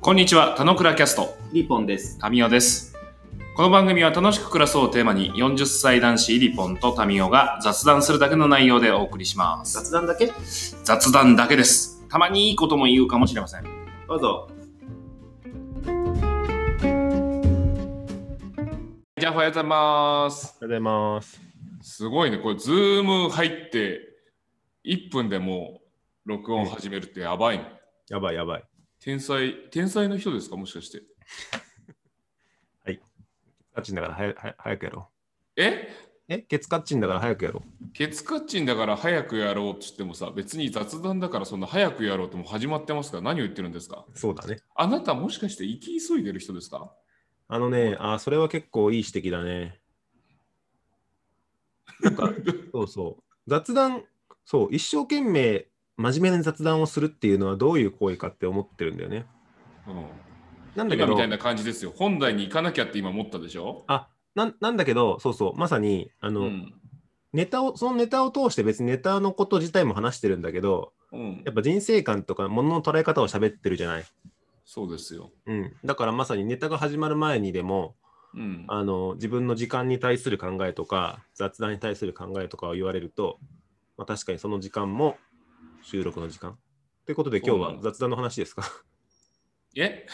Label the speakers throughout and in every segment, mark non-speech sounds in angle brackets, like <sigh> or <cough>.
Speaker 1: こんにちは、田野倉キャスト、
Speaker 2: リポンです。
Speaker 1: タミオです。この番組は楽しく暮らそうをテーマに、40歳男子リポンとタミオが雑談するだけの内容でお送りします。
Speaker 2: 雑談だけど
Speaker 1: 雑談だけです。たまにいいことも言うかもしれません。
Speaker 2: うぞ。
Speaker 1: じゃあ、おはようございます。
Speaker 3: おはようございます。
Speaker 1: すごいね、これ、ズーム入って、1分でもう録音始めるってやばいね。
Speaker 3: やばいやばい。
Speaker 1: 天才、天才の人ですか、もしか
Speaker 3: <laughs>
Speaker 1: して。
Speaker 3: カッチンだからはやはや早くやろ
Speaker 1: え
Speaker 3: う。えケツカッチンだから早くやろう。
Speaker 1: ケツカッチンだから早くやろうって言ってもさ、別に雑談だからそんな早くやろうってもう始まってますから何を言ってるんですか
Speaker 3: そうだね。
Speaker 1: あなたもしかして生き急いでる人ですか
Speaker 3: あのね、あそれは結構いい指摘だね。な
Speaker 1: <laughs>
Speaker 3: んか、そうそう。雑談、そう、一生懸命真面目な雑談をするっていうのはどういう行為かって思ってるんだよね。
Speaker 1: うん。
Speaker 3: なんだけ
Speaker 1: 今み
Speaker 3: ど
Speaker 1: たい、な感じですよ。本題に行かなきゃって今思ったでしょ
Speaker 3: あなんなんだけど、そうそう、まさに、あの、
Speaker 1: うん。
Speaker 3: ネタを、そのネタを通して別にネタのこと自体も話してるんだけど、
Speaker 1: うん
Speaker 3: や。っぱ人生観とか物の捉え方を喋ってるじゃない。
Speaker 1: そうですよ。
Speaker 3: うん、だからまさにネタが始まる前にでも
Speaker 1: うん。
Speaker 3: あの自分の時間に対する考えとか雑談に対する考えとかを言われると、まあ、確かにその時間も収録の時間。ということで今日
Speaker 1: そう
Speaker 3: は
Speaker 1: なの
Speaker 3: 雑談の話ですか <laughs>
Speaker 1: え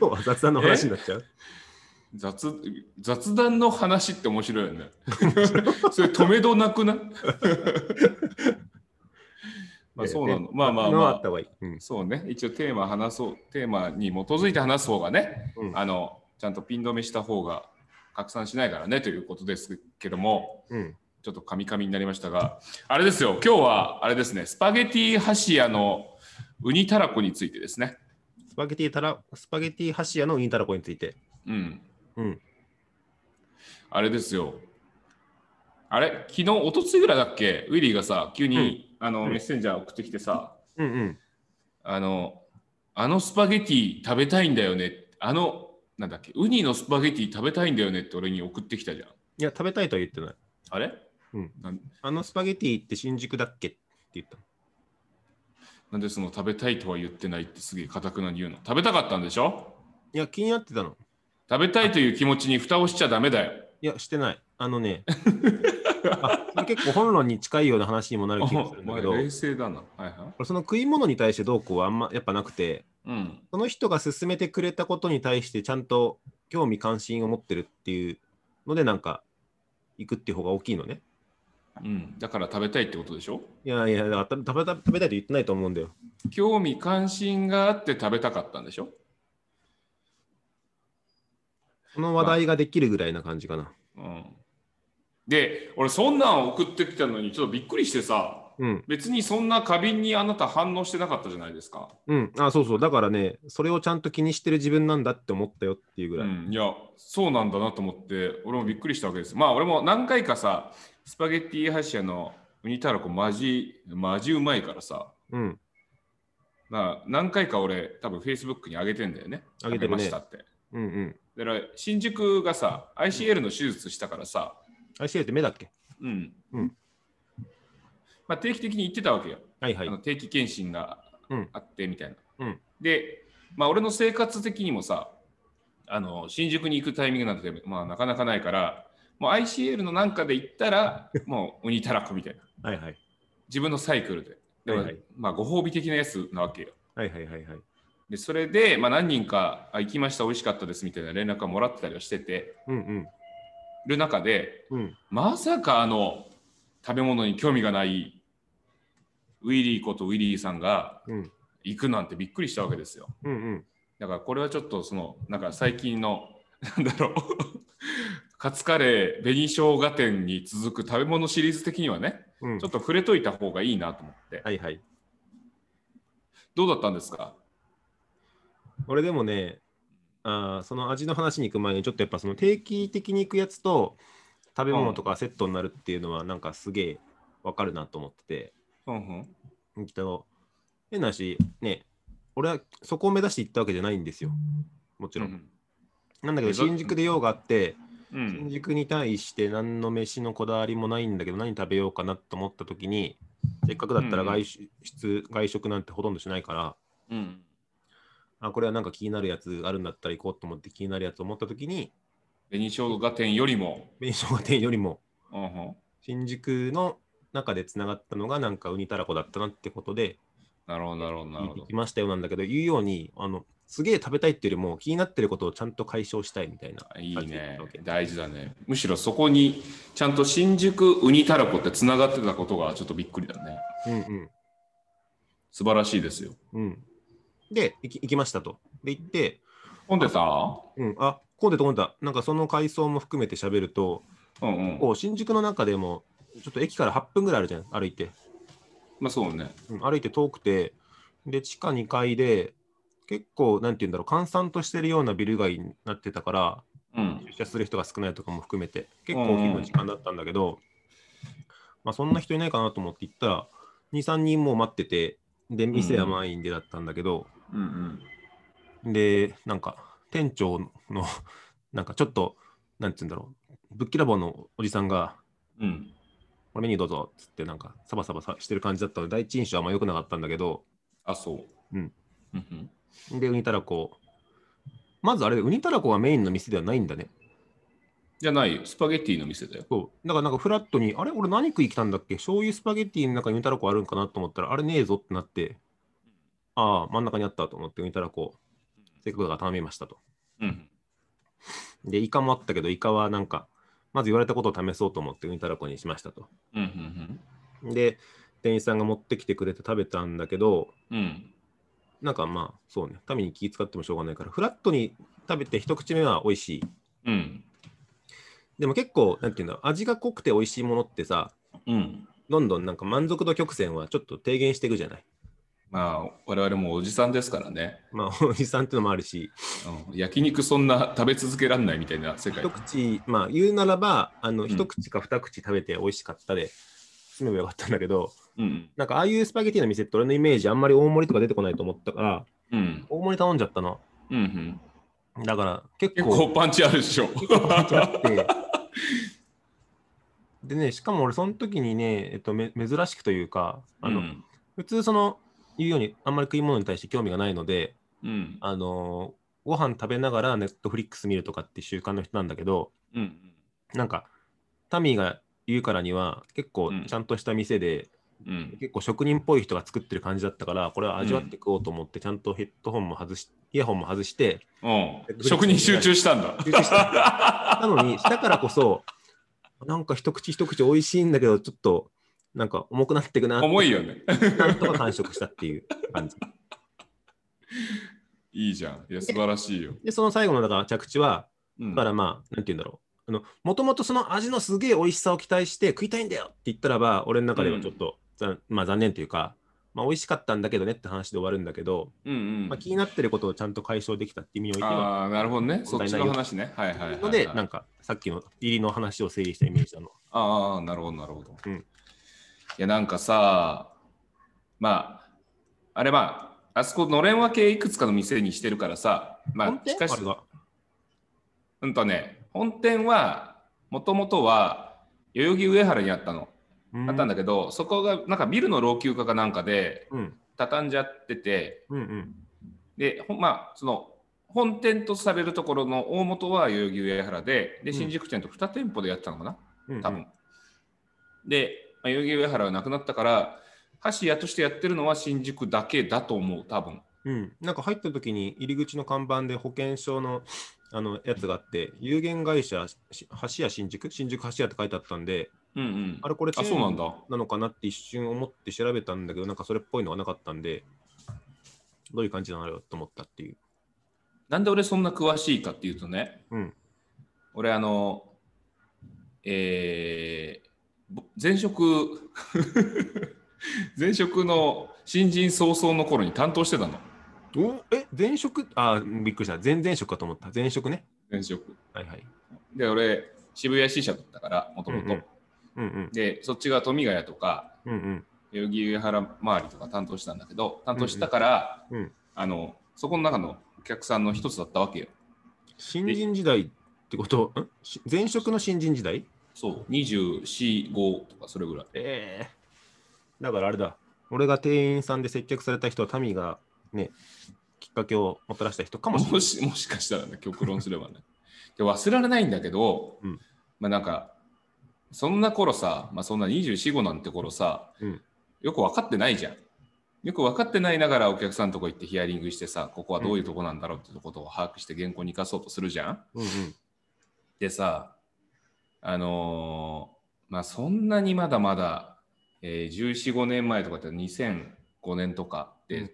Speaker 3: 今日は雑談の話になっちゃう
Speaker 1: 雑雑談の話って面白いよね。 <laughs> それ止めどなく
Speaker 3: <laughs>
Speaker 1: ないまあそうなの。まあまあ
Speaker 3: の
Speaker 1: ま
Speaker 3: は
Speaker 1: あ
Speaker 3: あっ。た方がいい。うん
Speaker 1: そうね、一応テーマ話そう、テーマに基づいて話す方がね、
Speaker 3: うん
Speaker 1: あの、ちゃんとピン止めした方が拡散しないからねということですけども、
Speaker 3: うん、
Speaker 1: ちょっとカミカミになりましたが、あれですよ、今日はあれですね、スパゲティハシヤのウニたらこについてですね。
Speaker 3: スパゲティたらスパゲティハシヤのウニタラコについて。
Speaker 1: うん。
Speaker 3: うん、
Speaker 1: あれですよ。あれ昨日、一昨日ぐらいだっけウィリーがさ、急に、あの、
Speaker 3: うん
Speaker 1: メッセンジャー送ってきてさ、
Speaker 3: うんうん。
Speaker 1: あの、あのスパゲティ食べたいんだよね。あの、なんだっけ、ウニのスパゲティ食べたいんだよねって俺に送ってきたじゃん。
Speaker 3: いや、食べたいとは言ってない。
Speaker 1: あれ
Speaker 3: うん
Speaker 1: なん
Speaker 3: あのスパゲティって新宿だっけって言った。
Speaker 1: なんでその食べたいとは言ってないってすげえかたくなに言うの。食べたかったんでしょ
Speaker 3: いや、気になってたの。
Speaker 1: 食べたいという気持ちに蓋をしちゃダメだよ。
Speaker 3: いや、してない。あ
Speaker 1: <laughs>
Speaker 3: のね、あそれ結構本論に近いような話にもなる気がするんだけ
Speaker 1: お
Speaker 3: ど、
Speaker 1: 前冷静だな。はいはい。
Speaker 3: 俺その食い物に対してどうこうはあんまやっぱなくて、
Speaker 1: うん。
Speaker 3: その人が勧めてくれたことに対してちゃんと興味関心を持ってるっていうので、なんか、行くっていう方が大きいのね。
Speaker 1: うん。だから食べたいってことでしょ
Speaker 3: いやいや、だから食べた食べたいと言ってないと思うんだよ。
Speaker 1: 興味関心があって食べたかったんでしょ
Speaker 3: その話題ができるぐらいな感じかな。
Speaker 1: うん。で、俺そんなん送ってきたのにちょっとびっくりしてさ、
Speaker 3: うん、
Speaker 1: 別にそんな過敏にあなた反応してなかったじゃないですか。
Speaker 3: うん。あ、そうそう。だからね、それをちゃんと気にしてる自分なんだって思ったよっていうぐ
Speaker 1: う
Speaker 3: らい。
Speaker 1: ん、いや、そうなんだなと思って、俺もびっくりしたわけです。まあ、俺も何回かさ、スパゲッティハシヤのウニタラコマジ、マジうまいからさ、
Speaker 3: うん。
Speaker 1: まあ、何回か俺、多分 Facebook に上げてんだよね。
Speaker 3: 上げてるね
Speaker 1: 食べましたって。
Speaker 3: うんうん。
Speaker 1: だから、新宿がさ、ICL の手術したからさ、
Speaker 3: ICL って目だっけ
Speaker 1: うん。
Speaker 3: うん
Speaker 1: まあ、定期的に行ってたわけよ。
Speaker 3: はいは
Speaker 1: あ
Speaker 3: い
Speaker 1: の。定期検診が
Speaker 3: うん
Speaker 1: あってみたいな。
Speaker 3: うん
Speaker 1: で、まあ、俺の生活的にもさあの新宿に行くタイミングなんて、まあ、なかなかないからもう ICL のなんかで行った
Speaker 3: <laughs>
Speaker 1: らもう鬼たらこみたいな
Speaker 3: はいはい。
Speaker 1: 自分のサイクルででも、
Speaker 3: はいはい
Speaker 1: まあ、ご褒美的なやつなわけよ
Speaker 3: はいはいはいはい。
Speaker 1: でそれで、まあ、何人かあ行きました美味しかったですみたいな連絡がもらってたりはしてて
Speaker 3: うんうん。
Speaker 1: る中で
Speaker 3: うん、
Speaker 1: まさかあの食べ物に興味がないウィリーことウィリーさんが
Speaker 3: うん、
Speaker 1: 行くなんてびっくりしたわけですよ。
Speaker 3: うん、うん。
Speaker 1: だからこれはちょっとそのなんか最近のなんだろう <laughs> カツカレー紅生姜店に続く食べ物シリーズ的にはね
Speaker 3: うん
Speaker 1: ちょっと触れといた方がいいなと思って
Speaker 3: はいはい。
Speaker 1: どうだったんですか
Speaker 3: 俺でもね、あーその味の話に行く前に、ちょっとやっぱその定期的に行くやつと食べ物とかセットになるっていうのは、なんかすげえわかるなと思ってて、
Speaker 1: うんうん
Speaker 3: うんと、変な話、ね、俺はそこを目指して行ったわけじゃないんですよ。もち
Speaker 1: う
Speaker 3: ろん。
Speaker 1: ん
Speaker 3: なんだけ
Speaker 1: 目指
Speaker 3: ど、新宿で用があって、
Speaker 1: う
Speaker 3: 新
Speaker 1: ん
Speaker 3: 宿に対して何の飯のこだわりもないんだけど、何食べようかなと思った時に、せっかくだったら外出、外食なんてほとんどしないから、
Speaker 1: うん
Speaker 3: あ、これはなんか気になるやつあるんだったら行こうと思って気になるやつを思ったときに、
Speaker 1: 紅生姜店よりも、
Speaker 3: 紅生姜店よりも
Speaker 1: うんうん
Speaker 3: 新宿の中でつながったのがなんかウニタラコだったなってことで、
Speaker 1: なるほど、なるほど、なる
Speaker 3: 行
Speaker 1: ほど
Speaker 3: き。ましたよなんだけど、言うように、あの、すげえ食べたいっていうよりも気になってることをちゃんと解消したいみたいな感
Speaker 1: い
Speaker 3: じ
Speaker 1: い
Speaker 3: で行っ
Speaker 1: ね
Speaker 3: たわけ。
Speaker 1: 大事だね。むしろそこに、ちゃんと新宿ウニたらこってつながってたことがちょっとびっくりだね。
Speaker 3: うん
Speaker 1: 素晴らしいですよ。
Speaker 3: うんうん。で、行き行きましたと。で、行って、
Speaker 1: 混んでた
Speaker 3: うん、あ、こうでと思った。なんかその階層も含めて喋ると、
Speaker 1: うんうん。
Speaker 3: こう新宿の中でも、ちょっと駅から8分ぐらいあるじゃん、歩いて。
Speaker 1: まあそうね。
Speaker 3: うん歩いて遠くて、で、地下2階で、結構、なんて言うんだろう、閑散としてるようなビル街になってたから、
Speaker 1: うん。
Speaker 3: 出社する人が少ないとかも含めて、結構大きな時間だったんだけど、まあ、そんな人いないかなと思って行ったら、2、3人もう待ってて、で、店は満員でだったんだけど、
Speaker 1: うんうん。
Speaker 3: で、なんか、店長の、 <laughs> なんかちょっと、なんて言うんだろう、ぶっきらぼうのおじさんが、
Speaker 1: うん。
Speaker 3: これメニューどうぞっつって、なんか、サバサバさしてる感じだったので、第一印象はあんま良くなかったんだけど、
Speaker 1: あ、そう。
Speaker 3: うん。
Speaker 1: うんうん、
Speaker 3: で、ウニタラコ。まずあれ、ウニタラコがメインの店ではないんだね。
Speaker 1: じゃないよ。スパゲッティの店だよ。
Speaker 3: そう。だからなんかフラットに、あれ、俺何食い来たんだっけ醤油スパゲッティの中にウニタラコあるんかなと思ったら、あれねえぞってなって、ああ、真ん中にあったと思ってウニタラコ、せっかくだから頼みましたと。
Speaker 1: うん。
Speaker 3: で、イカもあったけど、イカはなんか、まず言われたことを試そうと思ってウニタラコにしましたと。
Speaker 1: うんうん
Speaker 3: で、店員さんが持ってきてくれて食べたんだけど、
Speaker 1: うん。うん。
Speaker 3: なんかまあ、そうね、民に気使ってもしょうがないから、フラットに食べて一口目は美味しい。
Speaker 1: うん。
Speaker 3: でも結構、なんていうんだろう、味が濃くて美味しいものってさ、
Speaker 1: うん。
Speaker 3: どんどんなんか満足度曲線はちょっと低減していくじゃない。
Speaker 1: まあ、我々もおじさんですからね。
Speaker 3: まあ、おじさんってのもあるし、
Speaker 1: うん、焼肉そんな食べ続けらんないみたいな世界
Speaker 3: 一。口、まあ、言うならば、あの、
Speaker 1: ん
Speaker 3: 一口か二口食べて美味しかったで、済めばよかったんだけど、
Speaker 1: うん。
Speaker 3: なんか、ああいうスパゲティの店って俺のイメージ、あんまり大盛りとか出てこないと思ったから、
Speaker 1: うん。
Speaker 3: 大盛り頼んじゃったの。
Speaker 1: うんうん。
Speaker 3: だから、結
Speaker 1: 結
Speaker 3: 構、
Speaker 1: 構パンチあるでしょ。 <laughs>
Speaker 3: <laughs> でね、しかも俺、その時にね、えっと、め珍しくというか、あの、
Speaker 1: うん
Speaker 3: 普通、その、言うように、あんまり食い物に対して興味がないので、
Speaker 1: うん。
Speaker 3: あのーご飯食べながらネットフリックス見るとかって習慣の人なんだけど、
Speaker 1: うん。
Speaker 3: なんか、タミーが言うからには、結構
Speaker 1: うん
Speaker 3: ちゃんとした店で、
Speaker 1: うん。
Speaker 3: 結構職人っぽい人が作ってる感じだったから、これは味わって食おうと思って、ちゃんとヘッドホンも外し、イヤホンも外して、
Speaker 1: うん。職人集中したんだ。
Speaker 3: 集
Speaker 1: <laughs>
Speaker 3: 中した。なのに、したからこそ、なんか一口一口美味しいんだけど、ちょっと、なんか重くなっていくなって
Speaker 1: 重いよね。
Speaker 3: なんとか完食したっていう
Speaker 1: <laughs>
Speaker 3: 感じ。
Speaker 1: いいじゃん。いや、素晴らしいよ。
Speaker 3: で、その最後の、だから着地は、
Speaker 1: うん
Speaker 3: だからまあ、なんて言うんだろう。あの、もともとその味のすげえ美味しさを期待して食いたいんだよって言ったらば、俺の中ではちょっと、残まあ残念というか、まあ美味しかったんだけどねって話で終わるんだけど、
Speaker 1: うんうん
Speaker 3: まあ、気になってることをちゃんと解消できたって意味においては、
Speaker 1: ああ、なるほどね。そっちの話ね。はいはいはい、はい。
Speaker 3: ので、なんかさっきの入りの話を整理したイメージなの。
Speaker 1: ああ、なるほど、なるほど。
Speaker 3: うん
Speaker 1: いや、なんかさ、まあ、あれまあ、あそこのれん分けいくつかの店にしてるからさ、ま
Speaker 3: 本
Speaker 1: あ、
Speaker 3: 当
Speaker 1: しかし
Speaker 3: あれ、が
Speaker 1: うんとね、本店は、もともとは、代々木上原にあったの。あったんだけど、そこが、なんかビルの老朽化かなんかで、
Speaker 3: うん
Speaker 1: 畳んじゃってて、
Speaker 3: うんうん
Speaker 1: で、ほんまあ、その、本店とされるところの大元は代々木上原で、で、
Speaker 3: ん
Speaker 1: 新宿店と2店舗でやってたのかな、
Speaker 3: うん。
Speaker 1: 多分。で、まあ、代々木上原はなくなったから、橋屋としてやってるのは新宿だけだと思う、多分。
Speaker 3: うん、なんか入った時に入り口の看板で保険証のあのやつがあって、有限会社し橋屋新宿、新宿橋屋って書いてあったんで、
Speaker 1: うんうん。
Speaker 3: あれこれチェ
Speaker 1: あ、
Speaker 3: ーン
Speaker 1: そうなんだ。
Speaker 3: なのかなって一瞬思って調べたんだけど、なんかそれっぽいのがなかったんで、どういう感じなのよと思ったっていう。
Speaker 1: なんで俺そんな詳しいかっていうとね、
Speaker 3: うん
Speaker 1: 俺あの、えーぼ前職、 <laughs> 前職の新人早々の頃に担当してたの、
Speaker 3: おえ前職あー、びっくりした。前々職かと思った。前職ね。
Speaker 1: 前職。
Speaker 3: はいはい。
Speaker 1: で、俺、渋谷支社だったから、もとも
Speaker 3: うんう
Speaker 1: と
Speaker 3: ん。うんうん。
Speaker 1: で、そっちが富ヶ谷とか、
Speaker 3: うんうん。
Speaker 1: 代々木上原周りとか担当したんだけど担当したから、
Speaker 3: うんうん
Speaker 1: あのそこの中のお客さんの一つだったわけよ
Speaker 3: 新人時代ってこと、んし前職の新人時代
Speaker 1: そう245とかそれぐらい
Speaker 3: ええだからあれだ。俺が店員さんで接客された人は、民がね、きっかけをもたらした人かもしれな
Speaker 1: <laughs> も
Speaker 3: い。
Speaker 1: しもしかしたらね、極論すれ
Speaker 3: <laughs>
Speaker 1: ばね。で忘れられないんだけど、
Speaker 3: うん
Speaker 1: まあなんか、そんな頃さ、まあ、そんな24、5なんて頃さ、
Speaker 3: うん
Speaker 1: よく分かってないじゃん。よく分かってないながらお客さんのとこ行ってヒアリングしてさ、ここはどういうとこなんだろうってことを把握して原稿に生かそうとするじゃん。
Speaker 3: うんうん
Speaker 1: でさ、あのーまあそんなにまだまだ、えー、14、5年前とかって2005年とかって、
Speaker 3: うん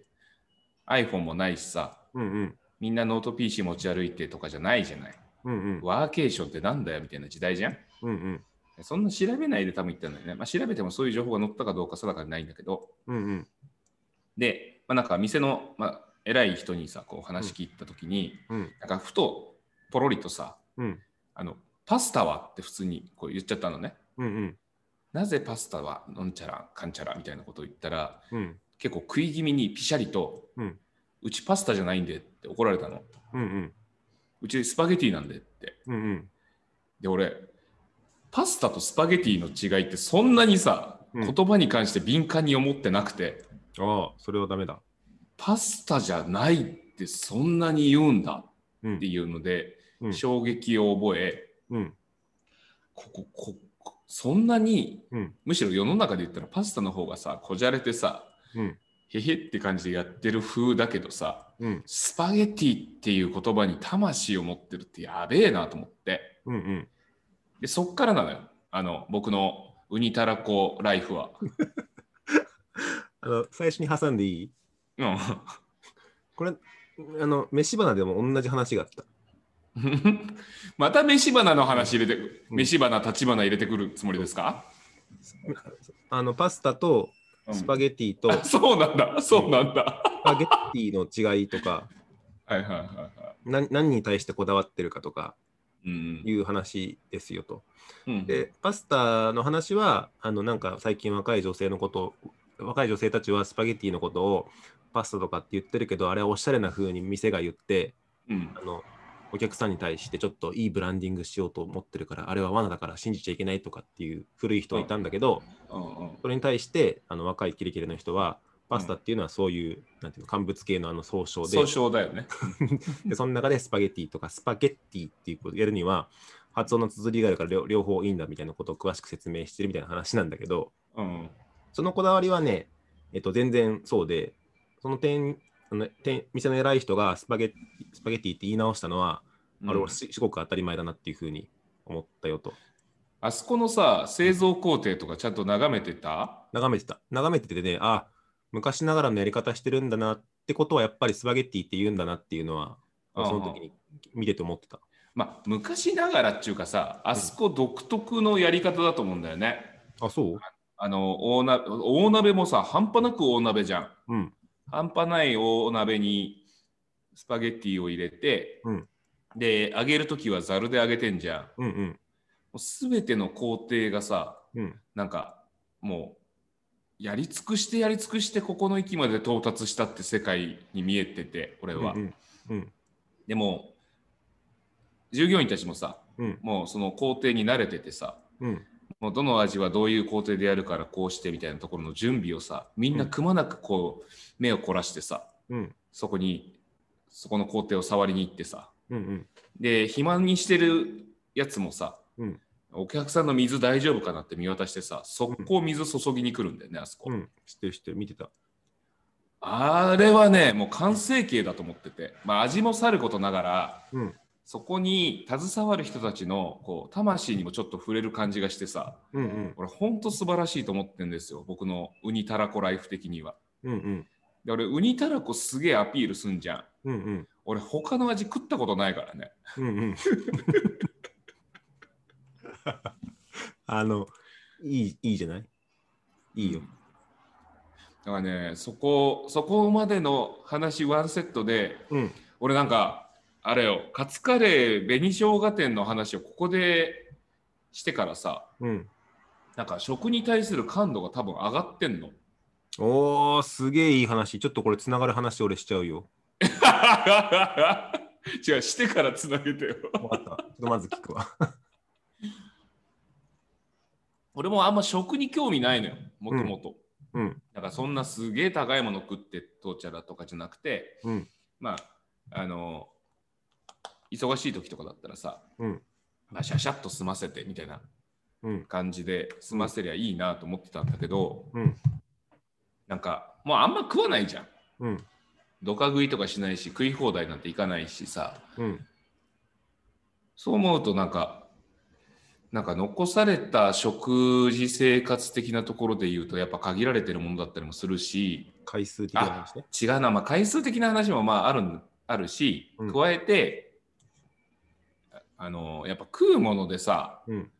Speaker 1: iPhone もないしさ、
Speaker 3: うんうん
Speaker 1: みんなノート PC 持ち歩いてとかじゃないじゃない。
Speaker 3: うんうん
Speaker 1: ワーケーションってなんだよみたいな時代じゃん。
Speaker 3: うんうん
Speaker 1: そんな調べないで多分言ったんだよね。まあ、調べてもそういう情報が載ったかどうか定かにないんだけど。
Speaker 3: うんうん
Speaker 1: で、まあ、なんか店の、まあ、偉い人にさ、こう話聞いたときに、
Speaker 3: うん
Speaker 1: なんかふとポロリとさ、
Speaker 3: うん
Speaker 1: あの、パスタはって普通にこう言っちゃったのね。
Speaker 3: うん
Speaker 1: なぜパスタはのんちゃらかんちゃらみたいなことを言ったら、
Speaker 3: うん
Speaker 1: 結構食い気味にピシャリと、
Speaker 3: うん
Speaker 1: うちパスタじゃないんでって怒られたの。
Speaker 3: うんうん
Speaker 1: うちスパゲティなんでって。
Speaker 3: うんうん
Speaker 1: で俺パスタとスパゲティの違いってそんなにさ、
Speaker 3: うん
Speaker 1: 言葉に関して敏感に思ってなくて
Speaker 3: ああそれはダメだ。
Speaker 1: パスタじゃないってそんなに言うんだ
Speaker 3: うん
Speaker 1: っていうので、
Speaker 3: うん
Speaker 1: 衝撃を覚え
Speaker 3: うん
Speaker 1: ここここそんなに、
Speaker 3: うん
Speaker 1: むしろ世の中で言ったらパスタの方がさこじゃれてさ
Speaker 3: うん
Speaker 1: へへって感じでやってる風だけどさ
Speaker 3: うん
Speaker 1: スパゲティっていう言葉に魂を持ってるってやべえなと思って
Speaker 3: うんうん
Speaker 1: でそっからなのよあの僕のウニタラコライフは。
Speaker 3: あの最初に挟んでいい
Speaker 1: うん <laughs>
Speaker 3: これあの飯花でも同じ話があった。
Speaker 1: また飯花の話入れてくる、
Speaker 3: うん
Speaker 1: 飯花、立花入れてくるつもりですか、 <laughs>
Speaker 3: あのパスタとスパ
Speaker 1: ゲ
Speaker 3: ゲティと
Speaker 1: あそうなんだ、そうなんだ。
Speaker 3: スパゲッティの違いとか、
Speaker 1: はいはいはいは
Speaker 3: な何に対してこだわってるかとか
Speaker 1: い。うん
Speaker 3: いう話ですよと。
Speaker 1: うん、
Speaker 3: で、パスタの話は、あのなんか最近若い女性のこと、若い女性たちはスパゲティのことをパスタとかって言ってるけど、あれはおしゃれな風に店が言って、
Speaker 1: うん
Speaker 3: あのお客さんに対してちょっといいブランディングしようと思ってるから、あれは罠だから信じちゃいけないとかっていう古い人がいたんだけど、
Speaker 1: うんうん
Speaker 3: それに対してあの若いキレキレの人は、パスタっていうのはそういう、なんていうの、乾物系のあの総称で
Speaker 1: 総、称だよね。
Speaker 3: でその中でスパゲッティとかスパゲッティっていうことをやるには発音の綴りがあるから両両方いいんだみたいなことを詳しく説明してるみたいな話なんだけど
Speaker 1: うん、
Speaker 3: そのこだわりはね、えっと、全然そうでその点あの店店の偉い人がスパゲッティスパゲッティって言い直したのは、あれ
Speaker 1: うん
Speaker 3: はすすごく当たり前だなっていうふうに思ったよと
Speaker 1: あそこのさ、製造工程とかちゃんと眺めてた
Speaker 3: 眺めてた眺めててねあ昔ながらのやり方してるんだなってことはやっぱりスパゲッティって言うんだなっていうのはその時に見てて思ってた。
Speaker 1: まあ、昔ながらっていうかさ、あそこ独特のやり方だと思うんだよね。
Speaker 3: あそう
Speaker 1: あの大な大鍋もさ、半端なく大鍋じゃん。
Speaker 3: うん
Speaker 1: 半端ない大鍋にスパゲッティを入れて、
Speaker 3: うん
Speaker 1: で揚げる時はざるで揚げてんじゃんも
Speaker 3: うんうん
Speaker 1: う全ての工程がさ
Speaker 3: うん
Speaker 1: なんかもうやり尽くしてやり尽くしてここの域まで到達したって世界に見えてて俺は、
Speaker 3: うんうん
Speaker 1: でも従業員たちもさ
Speaker 3: うん
Speaker 1: もうその工程に慣れててさ
Speaker 3: うん
Speaker 1: もうどの味はどういう工程でやるからこうしてみたいなところの準備をさみんなくまなくこう目を凝らしてさ、
Speaker 3: うん
Speaker 1: そこにそこの工程を触りに行ってさ
Speaker 3: うんうん
Speaker 1: で暇にしてるやつもさ、
Speaker 3: うん
Speaker 1: お客さんの水大丈夫かなって見渡してさ速攻水注ぎに来るんだよねあそこ、
Speaker 3: うん知ってる知ってる見てた
Speaker 1: あれはねもう完成形だと思ってて、まあ、味もさることながら
Speaker 3: うん
Speaker 1: そこに携わる人たちのこう魂にもちょっと触れる感じがしてさ
Speaker 3: うんうん
Speaker 1: 俺ほんと素晴らしいと思ってんですよ僕のウニたらこライフ的には
Speaker 3: うんうん
Speaker 1: で俺ウニたらこすげえアピールすんじゃん
Speaker 3: うんうん
Speaker 1: 俺他の味食ったことないからね
Speaker 3: うんうん <laughs> あのいいいいじゃないいいよ
Speaker 1: だからね、そこ、そこまでの話、ワンセットで、
Speaker 3: うん
Speaker 1: 俺なんか、あれよ、カツカレー紅生姜店の話をここでしてからさ、
Speaker 3: うん
Speaker 1: なんか食に対する感度が多分上がってんの。 <laughs>
Speaker 3: おーすげえいい話ちょっとこれつながる話俺しちゃうよ
Speaker 1: 違う、してからつなげてよ。
Speaker 3: 分かったちょっとまず聞くわ
Speaker 1: 俺もあんま食に興味ないのよ、もともと。
Speaker 3: <laughs> うん
Speaker 1: だからそんなすげえ高いもの食ってどうちゃらとかじゃなくて、
Speaker 3: うん
Speaker 1: まあ、あの、忙しい時とかだったらさ、
Speaker 3: うん
Speaker 1: まあ、シャシャッと済ませてみたいな
Speaker 3: うん
Speaker 1: 感じで済ませりゃいいなと思ってたんだけど、
Speaker 3: うん
Speaker 1: なんか、もうあんま食わないじゃん。
Speaker 3: うん
Speaker 1: どか食いとかしないし、食い放題なんていかないしさ、
Speaker 3: うん
Speaker 1: そう思うとなんか、なんか残された食事生活的なところで言うとやっぱ限られてるものだったりもするし
Speaker 3: 回数的な話ね
Speaker 1: 違うな、まあ、回数的な話もまああるんあるし
Speaker 3: うん
Speaker 1: 加えて、ああのやっぱ食うものでさ
Speaker 3: うん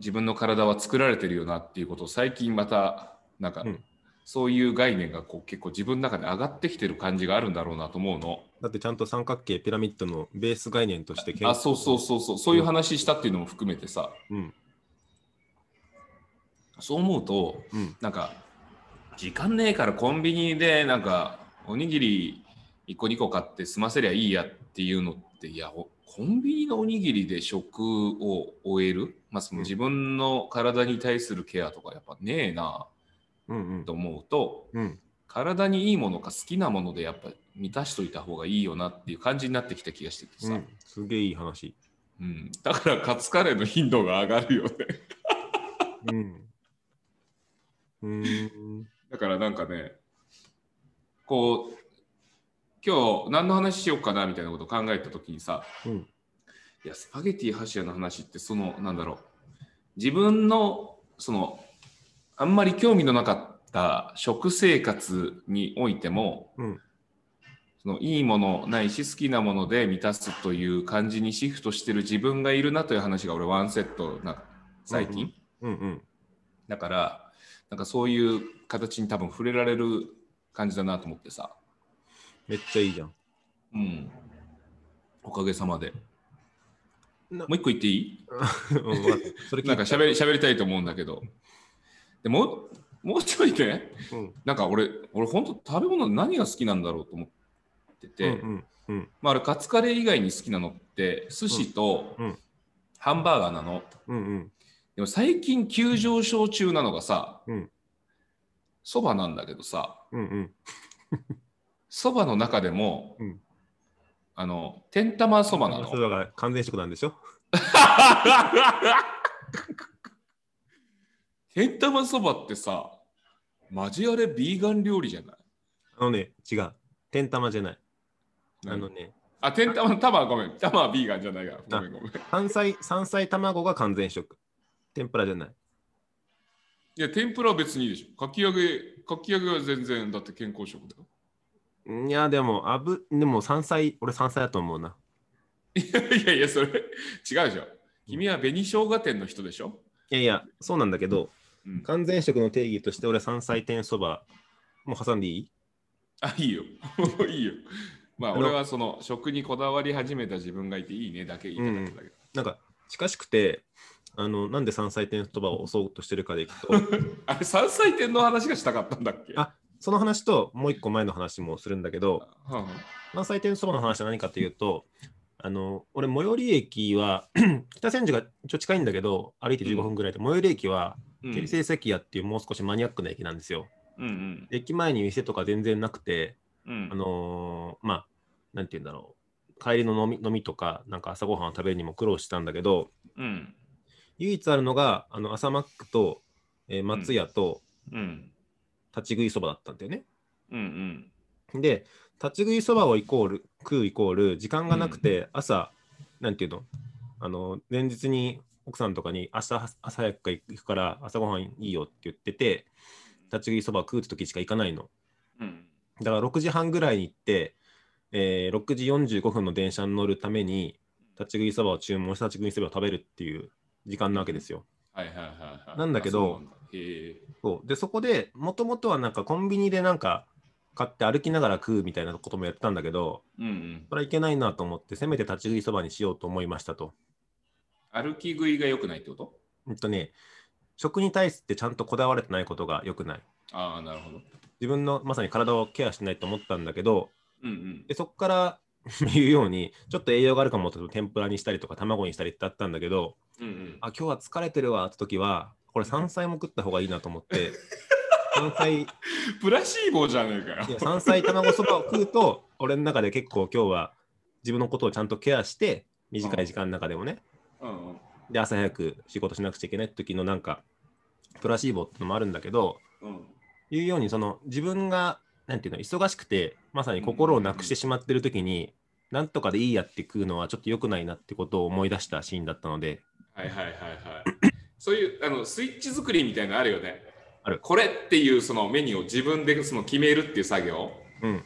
Speaker 1: 自分の体は作られてるよなっていうことを最近またなんか、
Speaker 3: うん
Speaker 1: そういう概念がこう結構自分の中で上がってきてる感じがあるんだろうなと思うの。
Speaker 3: だってちゃんと三角形ピラミッドのベース概念として
Speaker 1: あそうそうそうそうそういう話したっていうのも含めてさ、
Speaker 3: うん
Speaker 1: そう思うと
Speaker 3: うん
Speaker 1: なんか時間ねえからコンビニでなんかおにぎり1個2個買って済ませりゃいいやっていうのっていやおコンビニのおにぎりで食を終える、まあ、その
Speaker 3: うん
Speaker 1: 自分の体に対するケアとかやっぱねえな
Speaker 3: うんうん
Speaker 1: と思うと
Speaker 3: うん
Speaker 1: 体にいいものか好きなものでやっぱ満たしといた方がいいよなっていう感じになってきた気がしててさ、
Speaker 3: うんすげえいい話
Speaker 1: うん、だからカツカレーの頻度が上がるよね
Speaker 3: うんうーん
Speaker 1: だからなんかねこう今日何の話しようかなみたいなことを考えた時にさ
Speaker 3: うん
Speaker 1: いやスパゲティ箸屋の話ってそのなんだろう自分のそのあんまり興味のなかった食生活においても
Speaker 3: うん
Speaker 1: そのいいものないし好きなもので満たすという感じにシフトしてる自分がいるなという話が俺ワンセットな最近、
Speaker 3: うんうん
Speaker 1: だから、なんかそういう形に多分触れられる感じだなと思ってさ。
Speaker 3: めっちゃい
Speaker 1: <laughs>
Speaker 3: いじゃん
Speaker 1: うん。おかげさまで。
Speaker 3: な
Speaker 1: もう一個言っていい
Speaker 3: うんわかったそれ聞
Speaker 1: ないんか
Speaker 3: た
Speaker 1: 喋り喋りたいと思うんだけど。でもう、もうちょいね、
Speaker 3: うん
Speaker 1: なんか俺、俺本当食べ物何が好きなんだろうと思ってて、
Speaker 3: うんうん
Speaker 1: まああれカツカレー以外に好きなのって、寿司と
Speaker 3: うんうん
Speaker 1: ハンバーガーなの。
Speaker 3: うんうん
Speaker 1: でも最近急上昇中なのがさ
Speaker 3: うん、
Speaker 1: そば、なんだけどさ、
Speaker 3: うんうん
Speaker 1: そばの中でも、
Speaker 3: うん
Speaker 1: あの天玉そばなの
Speaker 3: そ。れが完全食なんでしょ
Speaker 1: 天玉そばってさ、マジあれビーガン料理じゃない
Speaker 3: あのね違う天玉じゃないあ
Speaker 1: 何
Speaker 3: のね
Speaker 1: あ、天
Speaker 3: <laughs>
Speaker 1: 玉の玉はごめん。玉はビーガンじゃないから。ごめんごめん。い
Speaker 3: 山菜山菜卵が完全食天ぷらじゃない
Speaker 1: や、天ぷらは別にいいでしょ。かき揚げ、かき揚げは全然、だって健康食だよ。 <laughs>
Speaker 3: いや、でも、あぶ、でも山菜、俺山菜だと思うな。
Speaker 1: いやいやいや、それ違うでしょ。君は紅生姜店の人でしょ。
Speaker 3: いやいや、そうなんだけど、
Speaker 1: うん、
Speaker 3: 完全食の定義として俺山菜天そばもう挟んでいい
Speaker 1: あ、いいよ。 <laughs> いいよ。まあ、
Speaker 3: あの
Speaker 1: 俺はその食にこだわり始めた自分がいていいねだけ言いたかったんだけど。
Speaker 3: なんか、近しくて、あの、なんで山菜天そばを押そうとしてるかでいくと、
Speaker 1: あれ、山菜天の話がしたかったんだっけ
Speaker 3: あその話ともう一個前の話もするんだけど、
Speaker 1: はんはん
Speaker 3: 山菜天そばの話は何かというと、あの、俺、最寄り駅は、 <clears throat> 北千住が一応近いんだけど、歩いて15分ぐらいで、最寄り駅は、
Speaker 1: うん
Speaker 3: 京成関屋っていうもう少しマニアックな駅なんですよ。
Speaker 1: うん
Speaker 3: 駅前に店とか全然なくて、
Speaker 1: うんうん
Speaker 3: あのーまあ、なんて言うんだろう、帰りの飲み飲みとか、なんか朝ごはんを食べるにも苦労したんだけど、
Speaker 1: うん
Speaker 3: 唯一あるのが、あの朝マックと、えー松屋と
Speaker 1: うん
Speaker 3: 立ち食いそばだったんだよね。
Speaker 1: うんうん
Speaker 3: で、立ち食いそばをイコール食うイコール、時間がなくて、朝、なんていうの、あの前日に奥さんとかに、明日朝早くから行くから、朝ごはんいいよって言ってて、立ち食いそばを食うって時しか行かないの。
Speaker 1: うん
Speaker 3: だから6時半ぐらいに行って、えー6時45分の電車に乗るために、立ち食いそばを注文して立ち食いそばを食べるっていう時間なわけですよ。
Speaker 1: はいはいはいはい
Speaker 3: なんだけど
Speaker 1: あそうなんだへえ
Speaker 3: そうで、そこでもともとはなんかコンビニでなんか買って歩きながら食うみたいなこともやってたんだけど、
Speaker 1: うんうん
Speaker 3: それはいけないなと思って、せめて立ち食いそばにしようと思いましたと。
Speaker 1: 歩き食いが良くないってこと
Speaker 3: うんとね、食に対してちゃんとこだわれてないことが良くない。
Speaker 1: ああなるほど
Speaker 3: 自分のまさに体をケアしないと思ったんだけど、
Speaker 1: うんうん
Speaker 3: でそこから <laughs> 言うようにちょっと栄養があるかもって天ぷらにしたりとか卵にしたりってあったんだけど
Speaker 1: うんうん
Speaker 3: あ今日は疲れてるわって時はこれ山菜も食った方がいいなと思って山菜、い
Speaker 1: プラシーボじゃねえかよ。
Speaker 3: や山菜卵そばを食うと、俺の中で結構今日は自分のことをちゃんとケアして、短い時間の中でもね、
Speaker 1: うんうん
Speaker 3: で、朝早く仕事しなくちゃいけない時のなんか、プラシーボってのもあるんだけど、
Speaker 1: うん
Speaker 3: いうように、その自分が、なんていうの、忙しくて、まさに心をなくしてしまってる時に、なんとかでいいやって食うのはちょっと良くないなってことを思い出したシーンだったので、
Speaker 1: はいはいはいはい。そういうあのスイッチ作りみたいなのあるよね。
Speaker 3: ある
Speaker 1: これっていうそのメニューを自分でその決めるっていう作業
Speaker 3: うん、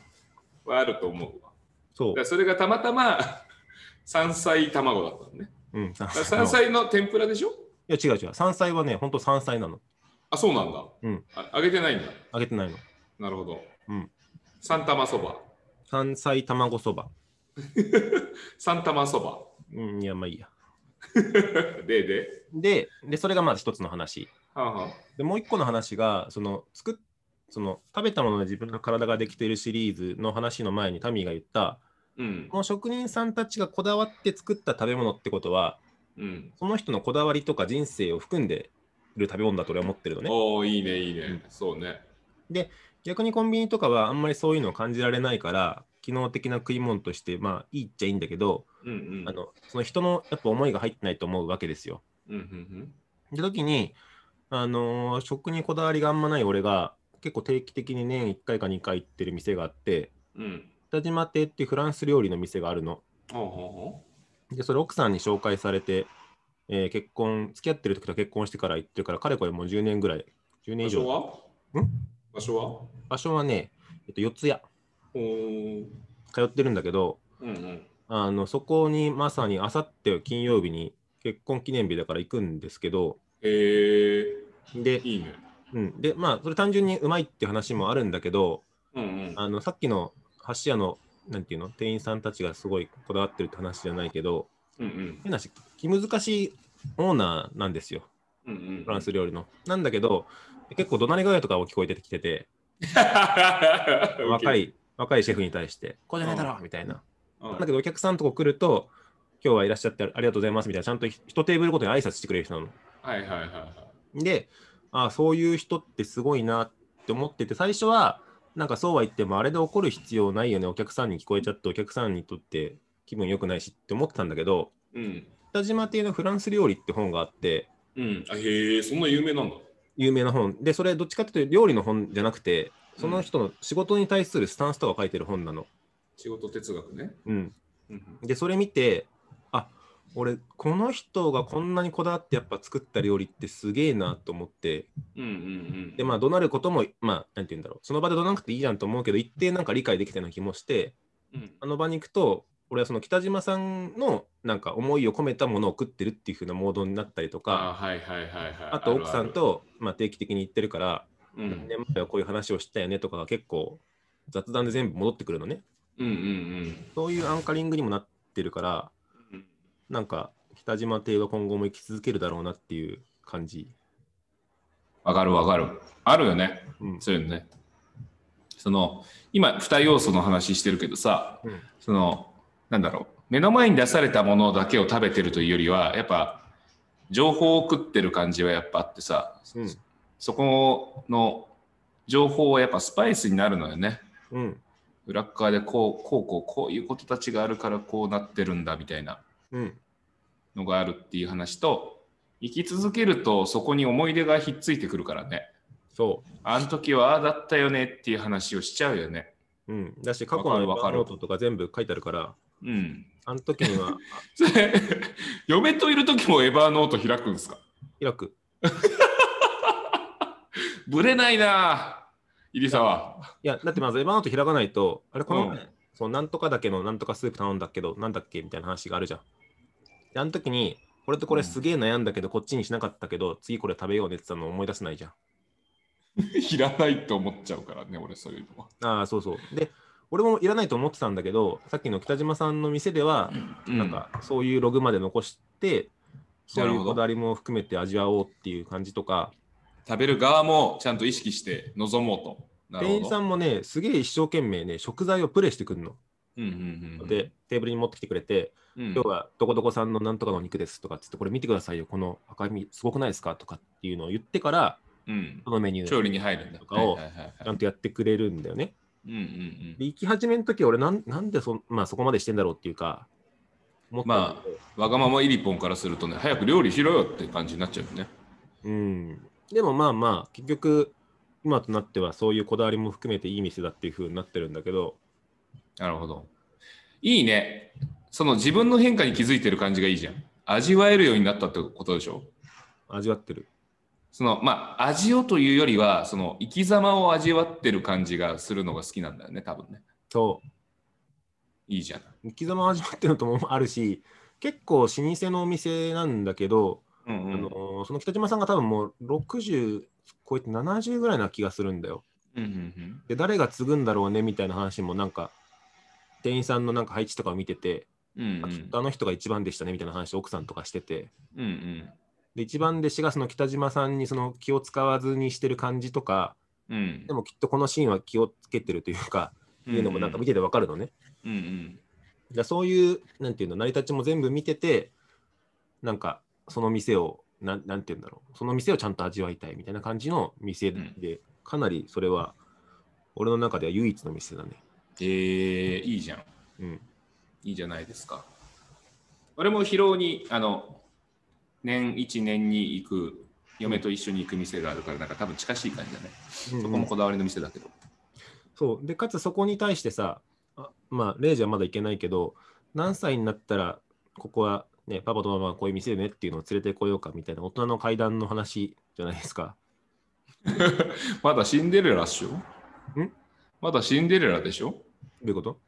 Speaker 1: はあると思うわ。
Speaker 3: そ
Speaker 1: だからそれがたまたま山菜卵だったのね。
Speaker 3: う、うん、山
Speaker 1: だから山菜の天ぷらでしょ
Speaker 3: いや違う違う、山菜はね、ほんと山菜なの。
Speaker 1: あ、そうなんだ。
Speaker 3: うん
Speaker 1: あ揚げてないんだ。
Speaker 3: あげてないの。
Speaker 1: なるほど。
Speaker 3: うん。
Speaker 1: 三玉そば。
Speaker 3: 山菜卵そば。
Speaker 1: 三玉そば。
Speaker 3: うん、いや、まあいいや。
Speaker 1: でで。
Speaker 3: で、でそれがまず一つの話。
Speaker 1: はあはあ
Speaker 3: で、もう一個の話が、その、作っその食べたもので自分の体ができているシリーズの話の前にタミーが言った、
Speaker 1: うん
Speaker 3: こ。の職人さんたちがこだわって作った食べ物ってことは、
Speaker 1: うん。
Speaker 3: その人のこだわりとか人生を含んでいる食べ物だと俺は思ってるのね。
Speaker 1: おおいいねいいね、
Speaker 3: うん
Speaker 1: そうね
Speaker 3: 逆にコンビニとかはあんまりそういうのを感じられないから、機能的な食い物として、まあいいっちゃいいんだけど、
Speaker 1: うんうん
Speaker 3: あのその人のやっぱ思いが入ってないと思うわけですよ。
Speaker 1: うんうん
Speaker 3: で時に、あのー食にこだわりがあんまない俺が結構定期的に年1回か2回行ってる店があって
Speaker 1: うんうん
Speaker 3: 北島亭っていうフランス料理の店があるの。
Speaker 1: ほうほ
Speaker 3: でそれ奥さんに紹介されて、えー結婚付き合ってる時と結婚してから行ってるからかれこれもう10年ぐらい10
Speaker 1: うほう場所
Speaker 3: 年以上
Speaker 1: は
Speaker 3: ん
Speaker 1: 場所は
Speaker 3: 場所はね、えっと、四谷
Speaker 1: おー
Speaker 3: 通ってるんだけど
Speaker 1: うんうん
Speaker 3: あのそこにまさにあさって金曜日に結婚記念日だから行くんですけど
Speaker 1: えー、
Speaker 3: で
Speaker 1: いいね
Speaker 3: うん、でまあそれ単純にうまいっていう話もあるんだけど
Speaker 1: うんうん
Speaker 3: あのさっきの箸屋のなんていうの店員さんたちがすごいこだわってるって話じゃないけど
Speaker 1: うんうん
Speaker 3: 変な話気難しいオーナーなんですよ
Speaker 1: うんうん
Speaker 3: フ
Speaker 1: <laughs>
Speaker 3: ランス料理の。なんだけど結構怒鳴り声とかを聞こえてきてて若
Speaker 1: 若い、
Speaker 3: い若いシェフに対して「こうじゃないだろ!」みたいな。
Speaker 1: うん
Speaker 3: なんだけどお客さんとこ来ると「今日はいらっしゃってありがとうございます」みたいなちゃんと一テーブルごとに挨拶してくれる人なの。
Speaker 1: はいはいはいは
Speaker 3: で、あそういう人ってすごいなって思ってて、最初は、なんかそうは言っても、あれで怒る必要ないよね、お客さんに聞こえちゃって、お客さんにとって気分良くないしって思ってたんだけど、
Speaker 1: いうん
Speaker 3: 北島亭のフランス料理って本があって、
Speaker 1: うんあへえそんな有名なんだ
Speaker 3: 有名な本。で、それどっちかっていうと料理の本じゃなくて、その人の仕事に対するスタンスとか書いてる本なの。
Speaker 1: 仕事哲学ね
Speaker 3: うん。
Speaker 1: うん
Speaker 3: で、それ見て、あ俺、この人がこんなにこだわってやっぱ作った料理ってすげえなと思って、
Speaker 1: うんうん
Speaker 3: でまあ怒鳴ることもまあなんて言うんだろうその場で怒鳴らなくていいじゃんと思うけど一定なんか理解できたような気もして
Speaker 1: うん
Speaker 3: あの場に行くと俺はその北島さんのなんか思いを込めたものを食ってるっていう風なモードになったりと
Speaker 1: あ
Speaker 3: か
Speaker 1: はいはいはいはい
Speaker 3: あと奥さん
Speaker 1: ある
Speaker 3: とまあ定期的に行ってるから
Speaker 1: あるうん
Speaker 3: 何年前はこういう話をしたよねとかが結構雑談で全部戻ってくるのね
Speaker 1: うんうん
Speaker 3: そういうアンカリングにもなってるから
Speaker 1: うんうん
Speaker 3: なんか北島亭は今後も生き続けるだろうなっていう感じ、
Speaker 1: わかるわかる。あるよね。
Speaker 3: うん
Speaker 1: そういうのね。その、今、二要素の話してるけどさ、
Speaker 3: うん
Speaker 1: その、なんだろう。目の前に出されたものだけを食べてるというよりは、やっぱ、情報を食ってる感じはやっぱあってさ、
Speaker 3: うん
Speaker 1: そこの情報はやっぱスパイスになるのよね。
Speaker 3: うん
Speaker 1: 裏っ側でこう、こう、こう、こういうことたちがあるからこうなってるんだみたいな
Speaker 3: うん
Speaker 1: のがあるっていう話と、生き続けるとそこに思い出がひっついてくるからね。
Speaker 3: そ
Speaker 1: あの時はああだったよねっていう話をしちゃうよね。
Speaker 3: う、うん、だし過去
Speaker 1: わか
Speaker 3: の
Speaker 1: るわかる
Speaker 3: ノートとか全部書いてあるから
Speaker 1: うん。 <laughs>
Speaker 3: あの時には
Speaker 1: それ、嫁といる時もエバーノート開くんですか
Speaker 3: 開く。
Speaker 1: ぶれないなぁ、入沢。
Speaker 3: いや、だってまずエヴァノート開かないと、あれ、この前、
Speaker 1: うん
Speaker 3: そのなんとかだけのなんとかスープ頼んだけど、なんだっけみたいな話があるじゃん。で、あの時に、これとこれすげえ悩んだけど、こっちにしなかったけど、次これ食べようねって言ったの思い出せないじゃん。
Speaker 1: <laughs> いらないと思っちゃうからね、俺そういうのは。
Speaker 3: ああ、そうそう。で、俺もいらないと思ってたんだけど、さっきの北島さんの店では、
Speaker 1: な
Speaker 3: なんん
Speaker 1: か、
Speaker 3: かそういうログまで残して、そう
Speaker 1: ないる
Speaker 3: う
Speaker 1: ほど
Speaker 3: こだわりも含めて味わおうっていう感じとか、
Speaker 1: 食べる側もちゃんと意識して臨もうと。なる
Speaker 3: 店員
Speaker 1: ほ
Speaker 3: さ
Speaker 1: ど。
Speaker 3: んもね、すげえ一生懸命ね、食材をプレイしてくるの。
Speaker 1: うんうんうん、
Speaker 3: で、テーブルに持ってきてくれて、
Speaker 1: うん、
Speaker 3: 今日はどこどこさんのなんとかのお肉ですとかっつってこれ見てくださいよこの赤身すごくないですかとかっていうのを言ってから
Speaker 1: うん
Speaker 3: こ。のメニュ
Speaker 1: 調
Speaker 3: ー
Speaker 1: 理に入るんだ。
Speaker 3: とかを
Speaker 1: はいはいはい
Speaker 3: ちゃ
Speaker 1: はい
Speaker 3: んとやってくれるんだよね。
Speaker 1: うんうんう
Speaker 3: で行き始めの時は俺なんなんでそ,、まあ、そこまでしてんだろうっていうか思ったんだけど
Speaker 1: ん。わがままイリポンからするとね、早く料理しろよって感じになっちゃうよね。
Speaker 3: うん、でもまあまあ結局今となってはそういうこだわりも含めていい店だっていう風になってるんだけど
Speaker 1: なるほど。いいね。その自分の変化に気づいてる感じがいいじゃん。味わえるようになったってことでしょ
Speaker 3: 味わってる
Speaker 1: そのまあ味をというよりはその生き様を味わってる感じがするのが好きなんだよね多分ね
Speaker 3: そ
Speaker 1: いいじゃん、
Speaker 3: う生き様を味わってるのともあるし結構老舗のお店なんだけど、
Speaker 1: うんうん
Speaker 3: あのーその北島さんが多分もう60超えて70ぐらいな気がするんだよ
Speaker 1: うんうん
Speaker 3: で誰が継ぐんだろうねみたいな話もなんか店員さんのなんか配置とかを見てて、
Speaker 1: うんうん
Speaker 3: あきっとあの人が一番でしたねみたいな話を奥さんとかしてて、
Speaker 1: うんうん
Speaker 3: で一番弟子がその北島さんにその気を使わずにしてる感じとか
Speaker 1: うん
Speaker 3: でもきっとこのシーンは気をつけてるというか、いうのもなんか見ててわかるのね。
Speaker 1: うんうん
Speaker 3: じゃそういうなんていうの成り立ちも全部見ててなんかその店をなんなんていうんだろうその店をちゃんと味わいたいみたいな感じの店で、かなりそれは俺の中では唯一の店だね。
Speaker 1: えー、いいじゃん
Speaker 3: うん、
Speaker 1: いいじゃないですか俺も疲労にあの年1年に行く嫁と一緒に行く店があるからなんか多分近しい感じだねそこもこだわりの店だけど
Speaker 3: そうでかつそこに対してさあまあレイジはまだ行けないけど何歳になったらここはねパパとママはこういう店でねっていうのを連れてこようかみたいな大人の階段の話じゃないですか
Speaker 1: まだシンデレラっしょ
Speaker 3: ん
Speaker 1: まだシンデレラでしょ
Speaker 3: どういうこと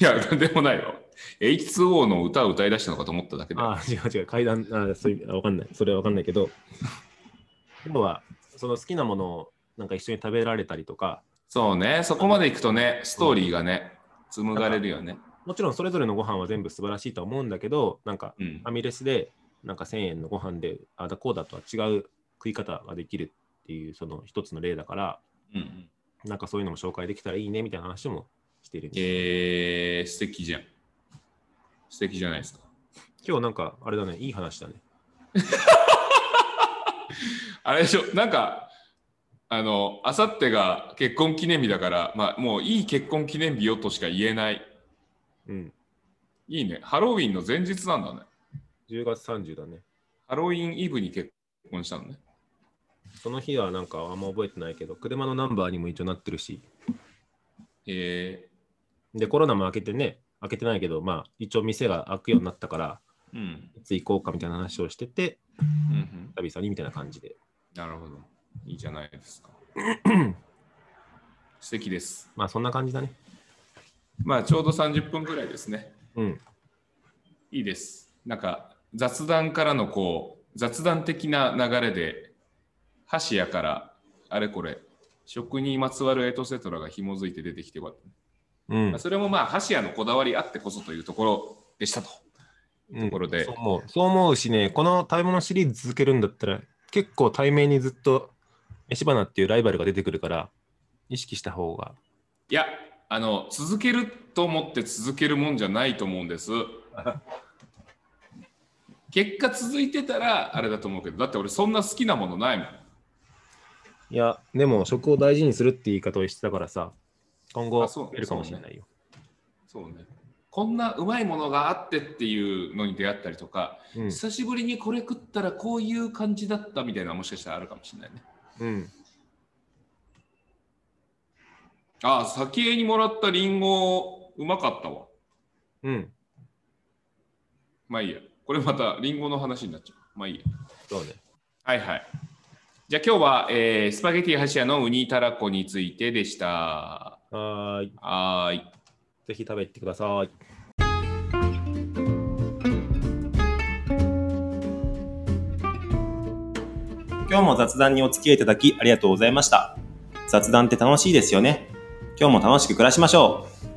Speaker 1: いや、なんでもないわ。H2O の歌を歌い出したのかと思っただけで。
Speaker 3: ああ違う違う階段あそういうあわかんないそれはわかんないけど今はその好きなものをなんか一緒に食べられたりとか
Speaker 1: そうね、そこまで行くとね、ストーリーがね、紡がれるよね。
Speaker 3: もちろんそれぞれのご飯は全部素晴らしいとは思うんだけどなんか
Speaker 1: うん
Speaker 3: ファ。ミレスでなんか1000円のご飯であだこうだとは違う食い方ができるっていうその一つの例だから
Speaker 1: うん、
Speaker 3: なんかそういうのも紹介できたらいいねみたいな話もしてる、
Speaker 1: えー、素敵じゃん。素敵じゃないですか。
Speaker 3: 今日なんかあれだね、いい話だね。
Speaker 1: あれでしょ、なんか、あの、あさってが結婚記念日だから、まあ、もういい結婚記念日よとしか言えない。
Speaker 3: うん。
Speaker 1: いいね。ハロウィンの前日なんだね。
Speaker 3: 10月30だね。
Speaker 1: ハロウィンイブに結婚したのね。
Speaker 3: その日はなんかあんま覚えてないけど、車のナンバーにも一応なってるし、
Speaker 1: え
Speaker 3: で、コロナも明けてね、明けてないけど、まあ一応店が開くようになったから、
Speaker 1: ー、うん。
Speaker 3: いつ行こうかみたいな話をしてて、
Speaker 1: うんうん
Speaker 3: 久々にみたいな感じで。
Speaker 1: なるほど。いいじゃないです <laughs> か。素敵です。
Speaker 3: まあそんな感じだね。
Speaker 1: まあ、ちょうど30分ぐらいですね。
Speaker 3: うん。
Speaker 1: いいです。なんか、雑談からのこう、雑談的な流れで、箸屋からあれこれ、食にまつわるエトセトラが紐づいて出てきてよかった
Speaker 3: うん
Speaker 1: まあ。それもまあ、箸屋のこだわりあってこそというところでしたと。
Speaker 3: と
Speaker 1: ころで
Speaker 3: そう思う。そう思うしね、この食べ物シリーズ続けるんだったら、結構対面にずっと、飯花っていうライバルが出てくるから、意識した方が。
Speaker 1: いや、あの、続けると思って続けるもんじゃないと思うん <laughs> です。結果続いてたらあれだと思うけど、だって俺そんな好きなものないもん。
Speaker 3: いや、でも食を大事にするって言い方をしてたからさ、今後
Speaker 1: あそう
Speaker 3: 増えるかもしれないよ。
Speaker 1: そうね。こんなうまいものがあってっていうのに出会ったりとか、
Speaker 3: うん
Speaker 1: 久しぶりにこれ食ったらこういう感じだったみたいなのもしかしたらあるかもしれないね。
Speaker 3: うん。
Speaker 1: ああ、先にもらったリンゴうまかったわ。
Speaker 3: うん。
Speaker 1: まあいいや。これまたリンゴの話になっちゃう。まあいいや。
Speaker 3: そうね。
Speaker 1: はいはい。じゃあ今日は、えースパゲティ橋屋のウニタラコについてでした。
Speaker 3: はーい。
Speaker 1: はーい。
Speaker 3: ぜひ食べてってください。今日も雑談にお付き合いいただきありがとうございました。雑談って楽しいですよね。今日も楽しく暮らしましょう。